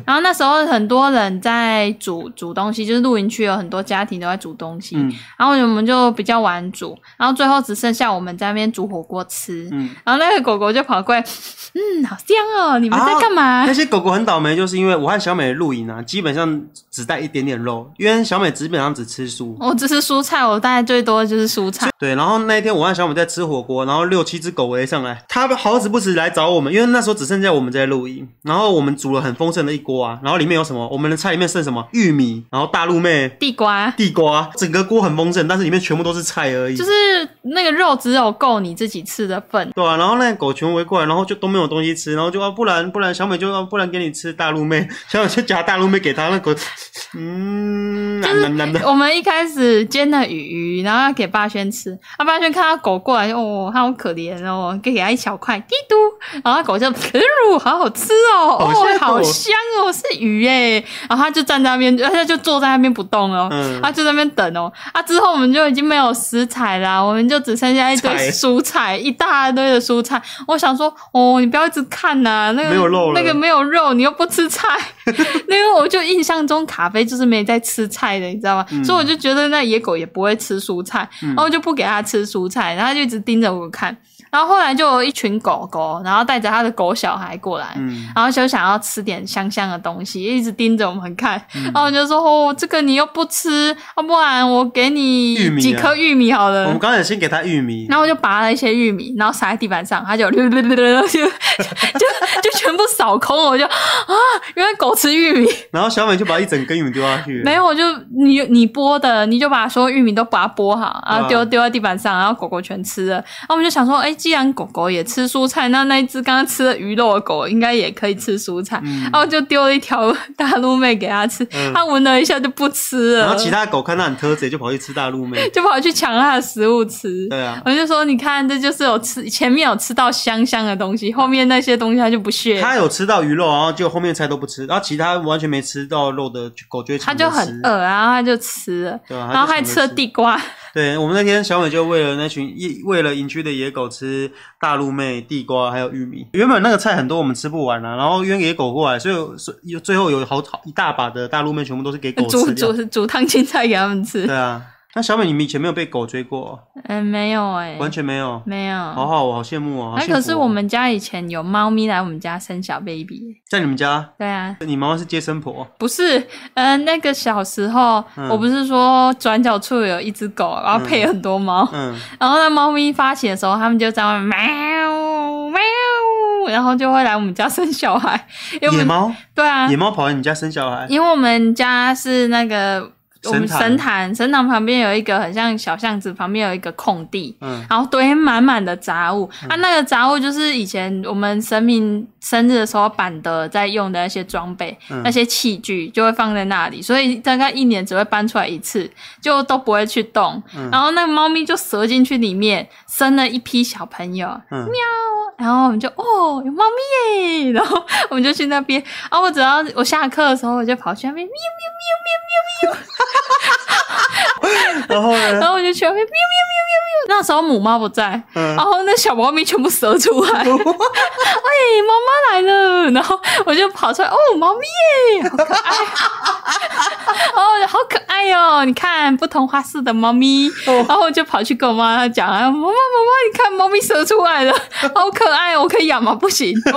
Speaker 1: 然后那时候很多人在煮煮东西，就是露营区有很多家庭都在煮东西，
Speaker 2: 嗯
Speaker 1: 然后我们就比较晚煮，然后最后只剩下我们在那边煮火锅吃，
Speaker 2: 嗯，
Speaker 1: 然后那个狗狗就跑过来，嗯，好香哦，你们在干嘛？
Speaker 2: 那些狗狗很倒霉，就是因为我和小美露营啊，基本上只带一点点肉，因为小美基本上只吃素。
Speaker 1: 我只是蔬菜，我大概最多就是蔬菜，
Speaker 2: 对，然后那一天我和小美在吃火锅，然后六七只狗围上来，它好死不死来找我们，因为那时候只剩下我们在露营，然后我们煮了很丰盛的一锅啊，然后里面有什么？我们的菜里面剩什么？玉米，然后大陆妹，
Speaker 1: 地瓜，
Speaker 2: 地瓜，整个锅很丰盛，但是里面全部都是菜而已。
Speaker 1: 就是那个肉只有够你自己吃的份。
Speaker 2: 对啊，然后那个狗全围过来，然后就都没有东西吃，然后就啊，不然不然小美就啊，不然给你吃大陆妹， 小美就夹大陆妹给他，那狗， 嗯，难难 难的，
Speaker 1: 我们一开始煎了鱼，然后要给霸轩吃，啊，霸轩看到狗过来，哦，它好可怜哦，给它一小块，滴嘟，然后狗就，可噜，好好吃哦，
Speaker 2: 好
Speaker 1: 哦
Speaker 2: 香哦，
Speaker 1: 好香哦，是鱼耶，然后它就站在那边，它就坐在那边不动哦，
Speaker 2: 嗯
Speaker 1: 它就在那边等哦，啊，之后我们就已经没有食材啦，我们就只剩下一堆
Speaker 2: 菜
Speaker 1: 蔬菜，一大堆的蔬菜，我想说，哦，你不要一直看呐、那个
Speaker 2: 没有肉
Speaker 1: 那
Speaker 2: 了
Speaker 1: 个没有肉，你又不吃菜。 因为我就印象中咖啡就是没在吃菜的，你知道吗？
Speaker 2: 嗯
Speaker 1: 所以我就觉得那野狗也不会吃蔬菜，然后我就不给它吃蔬菜，然后它就一直盯着我看。然后后来就有一群狗狗，然后带着它的狗小孩过来，
Speaker 2: 嗯，
Speaker 1: 然后就想要吃点香香的东西，一直盯着我们看。
Speaker 2: 嗯
Speaker 1: 然后我就说：“哦，这个你又不吃，要不然我给
Speaker 2: 玉米
Speaker 1: 你
Speaker 2: 啊
Speaker 1: 几颗玉米好
Speaker 2: 我
Speaker 1: 了。
Speaker 2: 们刚才先给它玉米，
Speaker 1: 然后我就拔了一些玉米，然后撒在地板上，它就 就就就全部扫空了。我就啊，原来狗吃玉米。
Speaker 2: 然后小美就把一整根玉米丢下去，
Speaker 1: 没有，我就你你剥的，你就把所有玉米都把它剥好，然
Speaker 2: 啊
Speaker 1: 后丢丢在地板上，然后狗狗全吃了。啊我们就想说，哎、既然狗狗也吃蔬菜，那那一只刚刚吃了鱼肉的狗应该也可以吃蔬菜。
Speaker 2: 嗯
Speaker 1: 然后就丢了一条大陆妹给它吃，
Speaker 2: 嗯
Speaker 1: 它闻了一下就不吃了，
Speaker 2: 然后其他狗看到很特贼，就跑去吃大陆 妹。
Speaker 1: 就跑去抢它的食物吃。
Speaker 2: 对啊，
Speaker 1: 我就说，你看，这就是有吃前面有吃到香香的东西，
Speaker 2: 嗯
Speaker 1: 后面那些东西它就不屑，
Speaker 2: 它有吃到鱼肉，然后就后面菜都不吃，然后其他完全没吃到肉的狗就会
Speaker 1: 它
Speaker 2: 抢着
Speaker 1: 就很
Speaker 2: 吃
Speaker 1: 饿，然后它就吃了，
Speaker 2: 对啊
Speaker 1: 然后还
Speaker 2: 它就
Speaker 1: 吃
Speaker 2: 抢着
Speaker 1: 了地瓜，
Speaker 2: 对我们那天小美就为了那群一为了营区的野狗吃大陆妹、地瓜还有玉米。原本那个菜很多我们吃不完啊，然后因为野狗过来，所以所以最后有好好一大把的大陆妹全部都是给狗
Speaker 1: 煮
Speaker 2: 吃掉。
Speaker 1: 煮煮烫青菜给它们吃。
Speaker 2: 对啊，那小美你们以前没有被狗追过哦，
Speaker 1: 嗯、没有哎、
Speaker 2: 完全没有，
Speaker 1: 没有。
Speaker 2: 好好哦，好羡慕哦。好
Speaker 1: 那
Speaker 2: 幸福哦
Speaker 1: 可是我们家以前有猫咪来我们家生小 baby，欸
Speaker 2: 在你们家，
Speaker 1: 对啊，
Speaker 2: 你妈妈是接生婆，
Speaker 1: 不是，嗯、那个小时候、
Speaker 2: 嗯
Speaker 1: 我不是说转角处有一只狗，然后配很多猫，
Speaker 2: 嗯，
Speaker 1: 然后那猫咪发情的时候，它们就在外面喵喵，然后就会来我们家生小孩，因为我
Speaker 2: 野
Speaker 1: 们
Speaker 2: 猫，
Speaker 1: 对啊
Speaker 2: 野，猫跑来你们家生小孩，
Speaker 1: 因为我们家是那个我们
Speaker 2: 神坛
Speaker 1: 神坛，神坛旁边有一个很像小巷子，旁边有一个空地，
Speaker 2: 嗯
Speaker 1: 然后堆满满的杂物。啊，那个杂物就是以前我们神明生日的时候板的在用的那些装备、
Speaker 2: 嗯
Speaker 1: 那些器具，就会放在那里，所以大概一年只会搬出来一次，就都不会去动。
Speaker 2: 嗯
Speaker 1: 然后那个猫咪就折进去里面，生了一批小朋友。
Speaker 2: 嗯，
Speaker 1: 然后我们就哦，有猫咪耶！然后我们就去那边。然后我只要我下课的时候，我就跑去那边喵
Speaker 2: 然后
Speaker 1: 喵，
Speaker 2: 呢，
Speaker 1: 然后我就去那边喵喵喵喵喵。那时候母猫不在，
Speaker 2: 嗯
Speaker 1: 然，后那小猫咪全部蛇出来，哎，妈妈来了， 然后我就跑出来，哦，猫咪耶，好可爱，哦，好可爱哦，你看不同花式的猫咪，
Speaker 2: 哦
Speaker 1: 然后我就跑去跟我妈讲啊，妈妈妈妈，你看猫咪蛇出来了， 好可爱，哦我可以养吗？不行， 然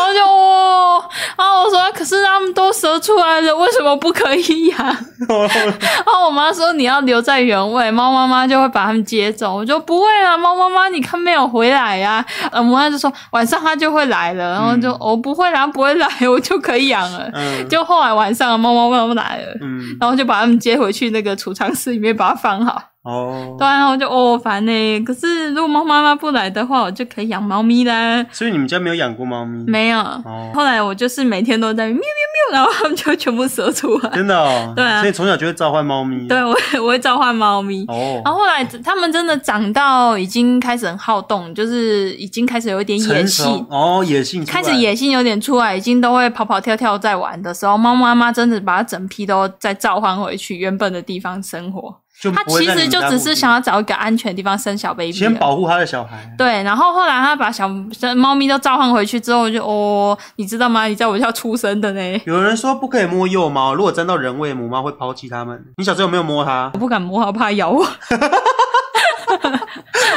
Speaker 1: 后就哦，然后我说，可是它们都蛇出来了，为什么不可以养？ 然后我妈说你要留在原位，猫妈妈就会把它们接走。我就不会了，猫妈妈你看没有回来呀、呃，我妈就说晚上它就会来了，然后就我、哦、不会啦，不会来， 我就可以养了。
Speaker 2: 嗯，
Speaker 1: 就后来晚上猫猫妈妈来了。
Speaker 2: 嗯，
Speaker 1: 然后就把它们接回去那个储藏室里面，把它放好。
Speaker 2: 哦
Speaker 1: 对，啊，然后就哦烦呢、可是如果猫妈妈不来的话，我就可以养猫咪啦。
Speaker 2: 所以你们家没有养过猫咪，
Speaker 1: 没有，
Speaker 2: 哦
Speaker 1: 后来我就是每天都在喵喵喵，然后它们就全部射出来。
Speaker 2: 真的哦，
Speaker 1: 对啊
Speaker 2: 所以从小就会召唤猫咪，
Speaker 1: 对，我我会召唤猫咪。
Speaker 2: 哦，
Speaker 1: 然后后来他们真的长到已经开始很好动，就是已经开始有一点野
Speaker 2: 成熟
Speaker 1: 性，
Speaker 2: 哦，野性出来
Speaker 1: 开始野性有点出来，已经都会跑跑跳跳在玩的时候，猫妈妈真的把它整批都再召唤回去原本的地方生活。
Speaker 2: 就
Speaker 1: 它
Speaker 2: 不会
Speaker 1: 其
Speaker 2: 在你
Speaker 1: 实
Speaker 2: 们
Speaker 1: 就
Speaker 2: 家
Speaker 1: 只
Speaker 2: 附
Speaker 1: 是
Speaker 2: 近
Speaker 1: 想要找一个安全的地方生小 baby，
Speaker 2: 先
Speaker 1: 了
Speaker 2: 保护他的小孩，
Speaker 1: 对，然后后来它把小小猫咪都召唤回去之后，我就哦，你知道吗？你在我家出生的呢，
Speaker 2: 有人说不可以摸幼猫，如果沾到人味，母猫会抛弃它们。你小时候有没有摸它
Speaker 1: 我？不敢摸，我怕咬我。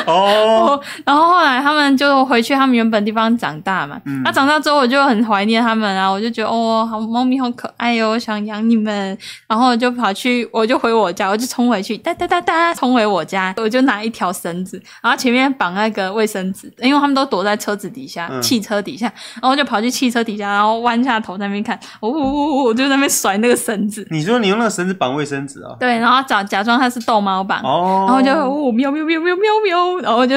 Speaker 2: 哦，
Speaker 1: 哦，然后后来他们就回去他们原本地方长大嘛。那、
Speaker 2: 嗯
Speaker 1: 长大之后，我就很怀念他们啊，我就觉得哦，好猫咪好可爱哦，我想养你们。然后我就跑去，我就回我家，我就冲回去，哒哒哒哒，冲回我家，我就拿一条绳子，然后前面绑那个卫生纸，因为他们都躲在车子底下、
Speaker 2: 嗯
Speaker 1: 汽车底下，然后我就跑去汽车底下，然后弯下头在那边看，哦，哦哦哦我就在那边甩那个绳子，
Speaker 2: 你说你用那个绳子绑卫生纸啊？
Speaker 1: 对，然后假假装它是逗猫棒。
Speaker 2: 哦，
Speaker 1: 然后就哦喵喵喵喵喵喵，然后就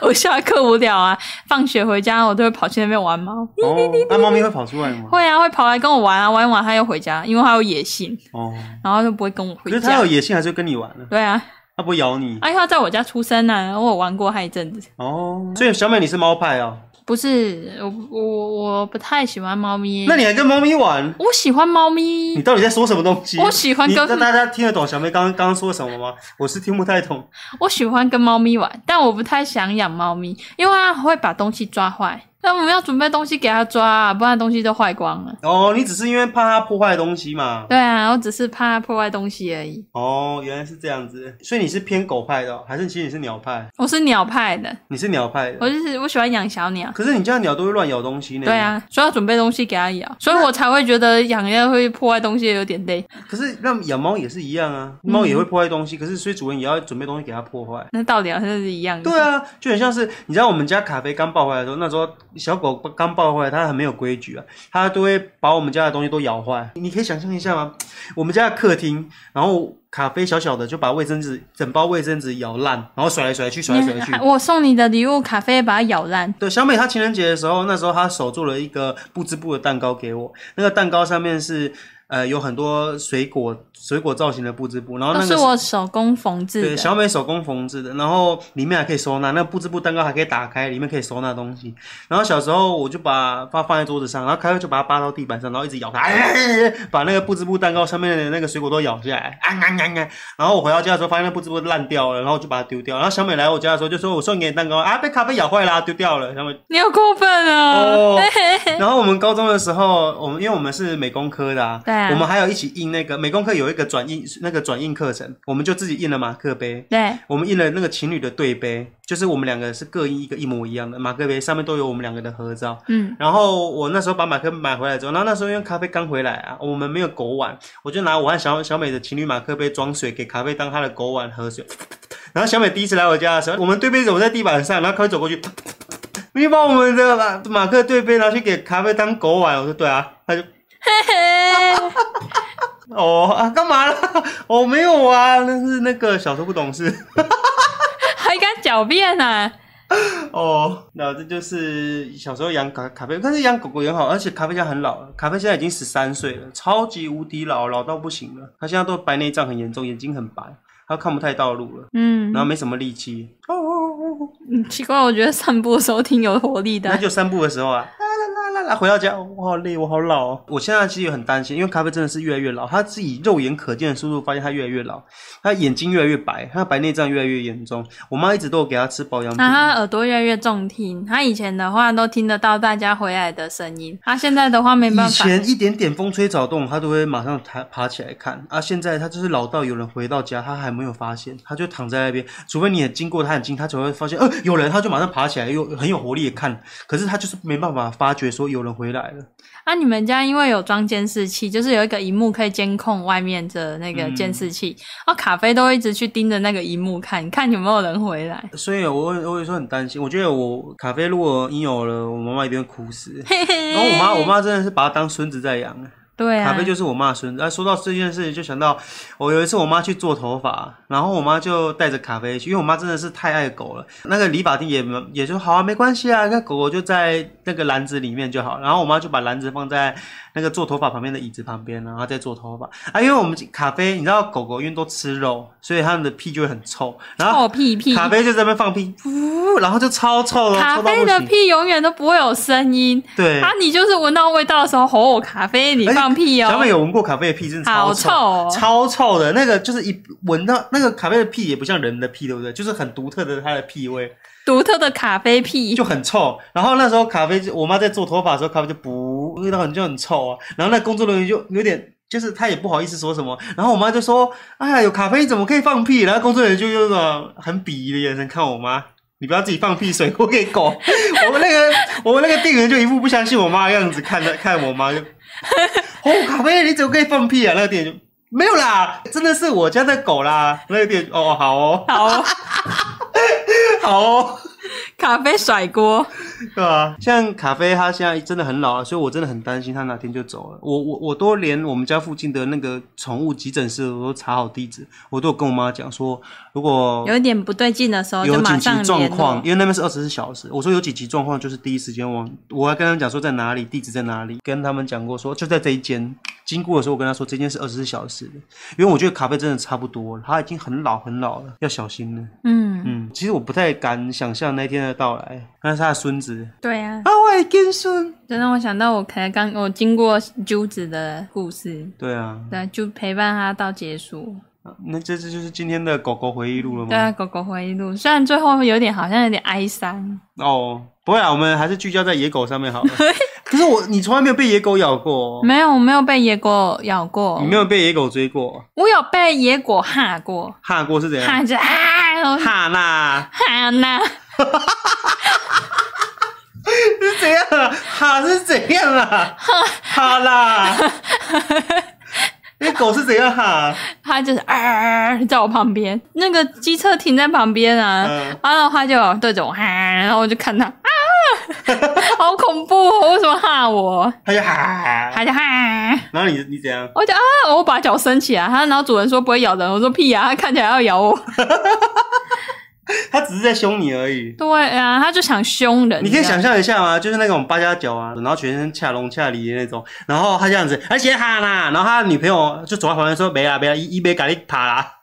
Speaker 1: 我下课无聊啊，放学回家我都会跑去那边玩猫。
Speaker 2: 哦，那猫咪会跑出来吗？
Speaker 1: 会啊，会跑来跟我玩啊，玩一玩它又回家，因为它有野性，
Speaker 2: 哦，
Speaker 1: 然后就不会跟我回
Speaker 2: 可是它
Speaker 1: 家
Speaker 2: 有。野性，还是会跟你玩呢？
Speaker 1: 对啊，
Speaker 2: 它不会咬你
Speaker 1: 哎、啊，它在我家出生啊，然后我有玩过它一阵子。
Speaker 2: 哦。所以小美你是猫派哦，
Speaker 1: 不是，我我我不太喜欢猫咪。
Speaker 2: 那你还跟猫咪玩？
Speaker 1: 我喜欢猫
Speaker 2: 你
Speaker 1: 咪，
Speaker 2: 到底在说什么东西？
Speaker 1: 哎我喜欢
Speaker 2: 你
Speaker 1: 跟
Speaker 2: 那大家听得懂小妹刚刚刚刚说什么吗？我是听不太懂。
Speaker 1: 我喜欢跟猫咪玩，但我不太想养猫咪，因为它会把东西抓坏。那我们要准备东西给它抓啊，不然东西都坏光了。
Speaker 2: 哦，你只是因为怕它破坏东西嘛？
Speaker 1: 对啊，我只是怕它破坏东西而已。
Speaker 2: 哦，原来是这样子。所以你是偏狗派的哦、还是其实你是鸟派？
Speaker 1: 我是鸟派的，
Speaker 2: 你是鸟派
Speaker 1: 我
Speaker 2: 的。
Speaker 1: 就是我喜欢养小鸟。
Speaker 2: 可是你家的鸟都会乱咬东西呢。
Speaker 1: 对。啊，所以要准备东西给它咬，所以我才会觉得养要会破坏东西有点累。
Speaker 2: 可是那养猫也是一样啊，猫
Speaker 1: 嗯
Speaker 2: 也会破坏东西，可是所以主人也要准备东西给它破坏。
Speaker 1: 那道理好像是一样的。
Speaker 2: 啊对啊，就很像是你知道我们家咖啡刚抱回来的时候，那时候小狗刚抱回来，它很没有规矩啊，它都会把我们家的东西都咬坏。你可以想象一下吗？我们家的客厅，然后卡啡小小的就把卫生纸整包卫生纸咬烂，然后甩来甩去，甩来甩去
Speaker 1: 你。我送你的礼物卡啡把它咬烂，
Speaker 2: 对，小美她情人节的时候，那时候她手做了一个布织布的蛋糕给我，那个蛋糕上面是呃有很多水果水果造型的布织布，然后那
Speaker 1: 都
Speaker 2: 个
Speaker 1: 哦是我手工缝制
Speaker 2: 对，
Speaker 1: 的。
Speaker 2: 小美手工缝制的，然后里面还可以收纳，那布织布蛋糕还可以打开，里面可以收纳东西。然后小时候我就把它放在桌子上，然后开会就把它扒到地板上，然后一直咬它，哎哎哎哎把那个布织布蛋糕上面的那个水果都咬下来，啊啊啊啊！然后我回到家的时候发现那布织布烂掉了，然后我就把它丢掉。然后小美来我家的时候就说：“我送你的蛋糕啊，被咖啡咬坏啦、丢掉了。”然后
Speaker 1: 你有过分啊！
Speaker 2: 哦，然后我们高中的时候，我们因为我们是美工科的啊，
Speaker 1: 对啊
Speaker 2: 我们还有一起印那个美工课有一个转印那个转印课程，我们就自己印了马克杯。
Speaker 1: 对，
Speaker 2: 我们印了那个情侣的对杯，就是我们两个是各印一个一模一样的马克杯，上面都有我们两个的合照。
Speaker 1: 嗯，
Speaker 2: 然后我那时候把马克杯买回来之后，然后那时候因为咖啡刚回来啊，我们没有狗碗，我就拿我和小小美的情侣马克杯装水给咖啡当她的狗碗喝水。然后小美第一次来我家的时候，我们对杯走在地板上，然后咖啡走过去，你把我们的马马克对杯拿去给咖啡当狗碗，我说对啊，他就
Speaker 1: 嘿嘿，
Speaker 2: 哦啊干嘛啦？哦没有啊，那是那个小时候不懂事。
Speaker 1: 还敢狡辩啊？
Speaker 2: 哦，那这就是小时候养咖咖啡，但是养狗狗也好，而且咖啡现在很老了，咖啡现在已经十三岁了，超级无敌老，老到不行了。它现在都白内障很严重，眼睛很白，它看不太到路了，
Speaker 1: 嗯
Speaker 2: 然，后没什么力气。哦哦哦哦，
Speaker 1: 嗯奇怪，我觉得散步的时候挺有活力
Speaker 2: 那
Speaker 1: 的。
Speaker 2: 就散步的时候啊，啦啦啦啦啦，回到家，我好累，我好老、哦。我现在其实很担心，因为咖啡真的是越来越老，它自己肉眼可见的速度发现它越来越老，它眼睛越来越白，它白内障越来越严重。我妈一直都有给它吃保养品
Speaker 1: 那。他耳朵越来越重听，他以前的话都听得到大家回来的声音，他现在的话没办
Speaker 2: 以
Speaker 1: 法。
Speaker 2: 前一点点风吹草动，他都会马上爬爬起来看啊。现在他就是老到有人回到家，他还没有发现，他就躺在那边。除非你也经过他很近，他才会发现，呃，有人，他就马上爬起来，又很有活力的看。可是他就是没办法发觉说有人回来了。
Speaker 1: 啊，你们家因为有装监视器，就是有一个荧幕可以监控外面的那个监视器，
Speaker 2: 嗯
Speaker 1: 然后卡菲都会一直去盯着那个荧幕看，看有没有人回 来。
Speaker 2: 所以我会我有时候很担心，我觉得我咖啡如果婴有了，我妈妈一定会哭死。
Speaker 1: 嘿嘿
Speaker 2: 然哦后我妈，我妈真的是把他当孙子在养。
Speaker 1: 对啊，
Speaker 2: 咖啡就是我妈的孙子。啊，说到这件事，就想到我有一次我妈去做头发，然后我妈就带着咖啡去，因为我妈真的是太爱狗了。那个理发厅也没也就好啊，没关系啊，那狗狗就在那个篮子里面就好。然后我妈就把篮子放在那个做头发旁边的椅子旁边，然后她在做头发啊。因为我们咖啡，你知道狗狗因为都吃肉，所以它们的屁就会很臭，然后
Speaker 1: 臭屁屁，
Speaker 2: 啊咖啡就在那边放屁，呜，然后就超臭了，
Speaker 1: 咖
Speaker 2: 臭到
Speaker 1: 啡
Speaker 2: 不
Speaker 1: 的
Speaker 2: 行。
Speaker 1: 屁永远都不会有声音。
Speaker 2: 对，
Speaker 1: 啊，你就是闻到味道的时候吼我咖啡，你
Speaker 2: 而且
Speaker 1: 放屁
Speaker 2: 小
Speaker 1: 哦
Speaker 2: 美。有闻过咖啡的屁，真的超
Speaker 1: 好臭哦
Speaker 2: 超臭的。那个就是一闻到那个咖啡的屁，也不像人的屁，对不对？就是很独特的它的屁味，
Speaker 1: 独特的咖啡屁，
Speaker 2: 就很臭。然后那时候咖啡就，我妈在做头发的时候，咖啡就不味道很就很臭啊。然后那工作人员就有点。就是她也不好意思说什么，然后我妈就说：“哎呀，有咖啡怎么可以放屁？”然后工作人员就用那种很鄙夷的眼神看我妈：“你不要自己放屁，水果给狗。”我们那个我们那个店员就一副不相信我妈的样子，看着看我妈就哦，咖啡，你怎么可以放屁啊？那个店就没有啦，真的是我家的狗啦。那个店哦，好哦，
Speaker 1: 好哦，
Speaker 2: 好哦，
Speaker 1: 咖啡甩锅。
Speaker 2: 对啊？像咖啡，它现在真的很老了，所以我真的很担心它哪天就走了。我我我都连我们家附近的那个宠物急诊室，我都查好地址，我都有跟我妈讲说，如果
Speaker 1: 有一点不对劲的时候，就
Speaker 2: 哦有
Speaker 1: 马
Speaker 2: 紧急
Speaker 1: 上
Speaker 2: 状
Speaker 1: 联
Speaker 2: 况，
Speaker 1: 络。
Speaker 2: 因为那边是二十四小时。我说有紧急状况，就是第一时间我我还跟他们讲说在哪里，地址在哪里，跟他们讲过说就在这一间。经过的时候，我跟他说这间是二十四小时的，因为我觉得咖啡真的差不多了，它已经很老很老了，要小心了。
Speaker 1: 嗯，
Speaker 2: 嗯，其实我不太敢想象那天的到来，那是他的孙子
Speaker 1: 对呀、
Speaker 2: 啊，我也跟孙。
Speaker 1: 这让我想到我才刚我经过揪子的故事，
Speaker 2: 对啊，
Speaker 1: 对，就陪伴他到结束。
Speaker 2: 那这这就是今天的狗狗回忆录了
Speaker 1: 对
Speaker 2: 吗？
Speaker 1: 啊，狗狗回忆录，虽然最后有点好像有点哀伤，
Speaker 2: 哦，不会啊，我们还是聚焦在野狗上面 好了。可是我，你从来没有被野狗咬过哦，
Speaker 1: 没有，我没有被野狗咬过
Speaker 2: 你，没有被野狗追过哦。
Speaker 1: 我有被野狗吓过，
Speaker 2: 哈过是怎样？
Speaker 1: 吓着啊，然后
Speaker 2: 哈啦
Speaker 1: 吓呐，
Speaker 2: 是怎样啊？哈是怎样啊？哈啦，那狗是怎样哈？
Speaker 1: 它就是啊，在我旁边，那个机车停在旁边啊，
Speaker 2: 嗯
Speaker 1: 然后它就对着我哈，然后我就看它啊，好恐怖、哦！为什么吓我？
Speaker 2: 他就哈哈哈，
Speaker 1: 还在哈。
Speaker 2: 然后你你怎样？
Speaker 1: 我就啊，我把脚伸起来，他然后主人说不会咬人，我说屁呀、啊，他看起来要咬我。
Speaker 2: 他只是在凶你而已。
Speaker 1: 对啊，他就想凶人。
Speaker 2: 你可以想
Speaker 1: 象，
Speaker 2: 象一下吗？就是那种八加九啊，然后全身恰龙恰梨的那种，然后他这样子，而且哈啦，然后他女朋友就走到旁边说：“没啦没啦，一一杯咖喱啪啦。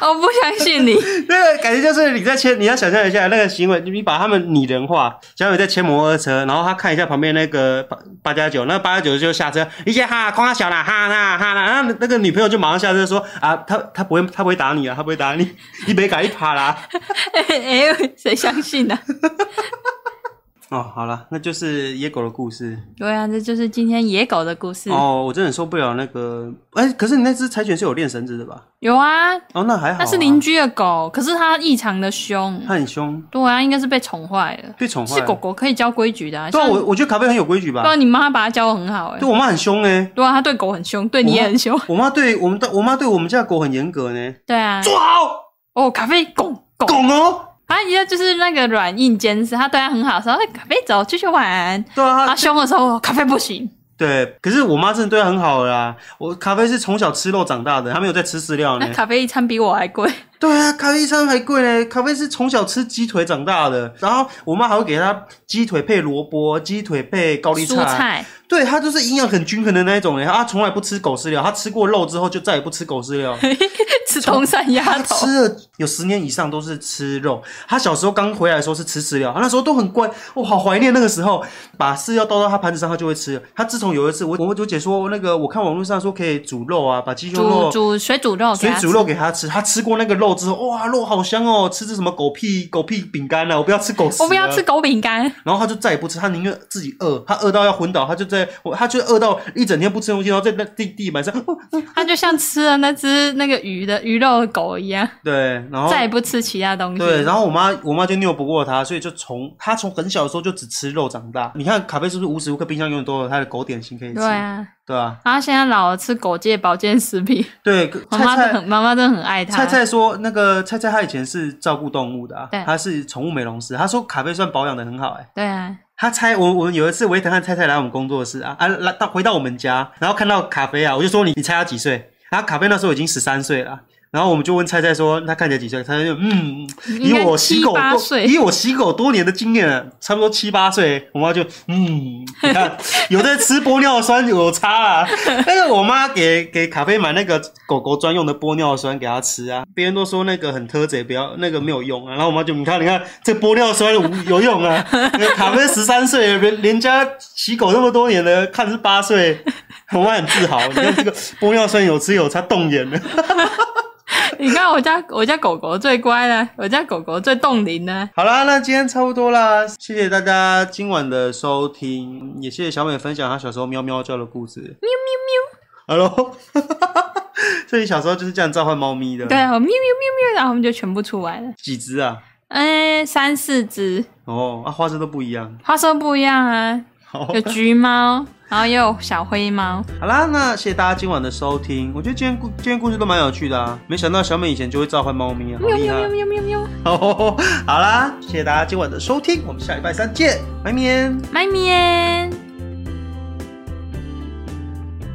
Speaker 1: 我哦不相信你。”
Speaker 2: 那个感觉就是你在切，你要想象一下那个行为，你把他们拟人化。小伟在切摩托车，然后他看一下旁边那个八八加九，那个八加九就下车，一些哈夸小啦哈啦哈啦，然后那个女朋友就马上下车说：“啊，他他不会他不会打你啊，他不会打你， 一杯咖喱啪啦。”
Speaker 1: 哎、谁相信啊呢、
Speaker 2: 哦，好了，那就是野狗的故事。
Speaker 1: 对啊，这就是今天野狗的故事。
Speaker 2: 哦，我真的很受不了那个，哎、可是你那只柴犬是有链绳子的吧？
Speaker 1: 有啊，
Speaker 2: 哦，那还好、啊。
Speaker 1: 那是邻，居的狗，可是它异常的凶。
Speaker 2: 它很凶，
Speaker 1: 对啊，应该是被宠坏了。
Speaker 2: 被哦宠坏。
Speaker 1: 是狗。狗可以教规矩的、啊，
Speaker 2: 对啊，
Speaker 1: 像
Speaker 2: 我我觉得咖啡很有规矩
Speaker 1: 对啊，
Speaker 2: 吧？
Speaker 1: 你妈把它教得很好哎、
Speaker 2: 对我妈很凶哎、
Speaker 1: 对啊，它对狗很凶，对你也很凶。
Speaker 2: 我妈对我们的我妈对我们家的狗很严格呢，
Speaker 1: 对啊，
Speaker 2: 坐好，
Speaker 1: 哦，咖啡拱拱，
Speaker 2: 拱哦。
Speaker 1: 啊，一个就是那个软硬兼施，它对它很好，说哎咖啡走出去玩。
Speaker 2: 对啊，
Speaker 1: 它
Speaker 2: 她
Speaker 1: 凶的时候，咖啡不行。
Speaker 2: 对，可是我妈真的对她很好了啦。我咖啡是从小吃肉长大的，她没有在吃饲料
Speaker 1: 那
Speaker 2: 呢。
Speaker 1: 咖啡一餐比我还贵，
Speaker 2: 对啊，咖啡一餐还贵呢。咖啡是从小吃鸡腿长大的，然后我妈还会给她鸡腿配萝卜，鸡腿配高丽
Speaker 1: 蔬菜
Speaker 2: 对他就是营养很均衡的那一种人，欸他从来不吃狗饲料，他吃过肉之后就再也不吃狗饲 料。
Speaker 1: 吃东山鸭
Speaker 2: 他
Speaker 1: 头。
Speaker 2: 吃了有十年以上都是吃肉，他小时候刚回来的时候是吃饲料，他那时候都很乖，我好怀念那个时候，把饲料倒到他盘子上，他就会吃。他自从有一次，我我我姐说那个，我看网络上说可以煮肉啊，把鸡胸
Speaker 1: 煮
Speaker 2: 肉。
Speaker 1: 煮水煮肉给
Speaker 2: 水
Speaker 1: 它吃，
Speaker 2: 煮肉给他吃，他吃过那个肉之后，哇，肉好香哦！吃这什么狗屁狗屁饼干啊？我不要吃狗食，
Speaker 1: 我不要吃狗饼干。
Speaker 2: 然后他就再也不吃，他宁愿自己饿，他饿到要昏倒，他就在，我他就饿到一整天不吃东西，然后在那地地板上，哦
Speaker 1: 它就像吃了那只那个鱼的鱼肉的狗一样，
Speaker 2: 对，然后
Speaker 1: 再也不吃其他东西。
Speaker 2: 对，然后我妈我妈就拗不过他，所以就从他从很小的时候就只吃肉长大。你看卡贝是不是无时无刻冰箱永远都有他的狗点心可以吃？
Speaker 1: 对啊，
Speaker 2: 对啊，
Speaker 1: 然后现在老了吃狗界保健食品，
Speaker 2: 对，
Speaker 1: 妈妈真的
Speaker 2: 菜菜。
Speaker 1: 很妈妈真的很爱它。
Speaker 2: 菜菜说：“那个菜菜，她以前是照顾动物的、啊
Speaker 1: 对，
Speaker 2: 她是宠物美容师。她说卡贝算保养的很好、欸，
Speaker 1: 对啊，
Speaker 2: 他猜我，我们有一次维腾和菜菜来我们工作室啊啊，来到回到我们家，然后看到卡菲啊，我就说你你猜他几岁？然后卡菲那时候已经十三岁了，然后我们就问菜菜说他看起来几岁？菜菜就嗯，以
Speaker 1: 应该
Speaker 2: 我
Speaker 1: 七
Speaker 2: 洗狗
Speaker 1: 八
Speaker 2: 多，
Speaker 1: 岁，
Speaker 2: 以我洗狗多年的经验了，差不多七八岁，我妈就嗯，你看有在吃玻尿酸有差啊。但是我妈给给卡菲买那个狗狗专用的玻尿酸给它吃啊，别人都说那个很特贼，不要那个没有用啊。然后我妈就你看你看这玻尿酸有有用啊，那个卡菲十三岁，人人家洗狗那么多年了，看是八岁，我妈很自豪。你看这个玻尿酸有吃有差，动眼了。
Speaker 1: 你看我家我家狗狗最乖了，我家狗狗最冻龄了。
Speaker 2: 好啦，那今天差不多啦，谢谢大家今晚的收听，也谢谢小美分享她小时候喵喵叫的故事。喵喵喵，哈喽， 所以小时候就是这样召唤猫咪的。
Speaker 1: 对，啊，我喵喵喵喵，然后我们就全部出来了，
Speaker 2: 几只啊？
Speaker 1: 哎，三四只，
Speaker 2: 哦，啊，花色都不一样。
Speaker 1: 花色不一样啊，
Speaker 2: 好，
Speaker 1: 有橘猫，然后也有小灰猫。
Speaker 2: 好啦，那谢谢大家今晚的收听。我觉得今天故今天故事都蛮有趣的啊，没想到小美以前就会召唤猫咪啊，好
Speaker 1: 喵
Speaker 2: 厉
Speaker 1: 喵
Speaker 2: 害
Speaker 1: 喵。喵喵喵，
Speaker 2: 好啦，谢谢大家今晚的收听，我们下礼拜三见，拜拜。
Speaker 1: 麦面。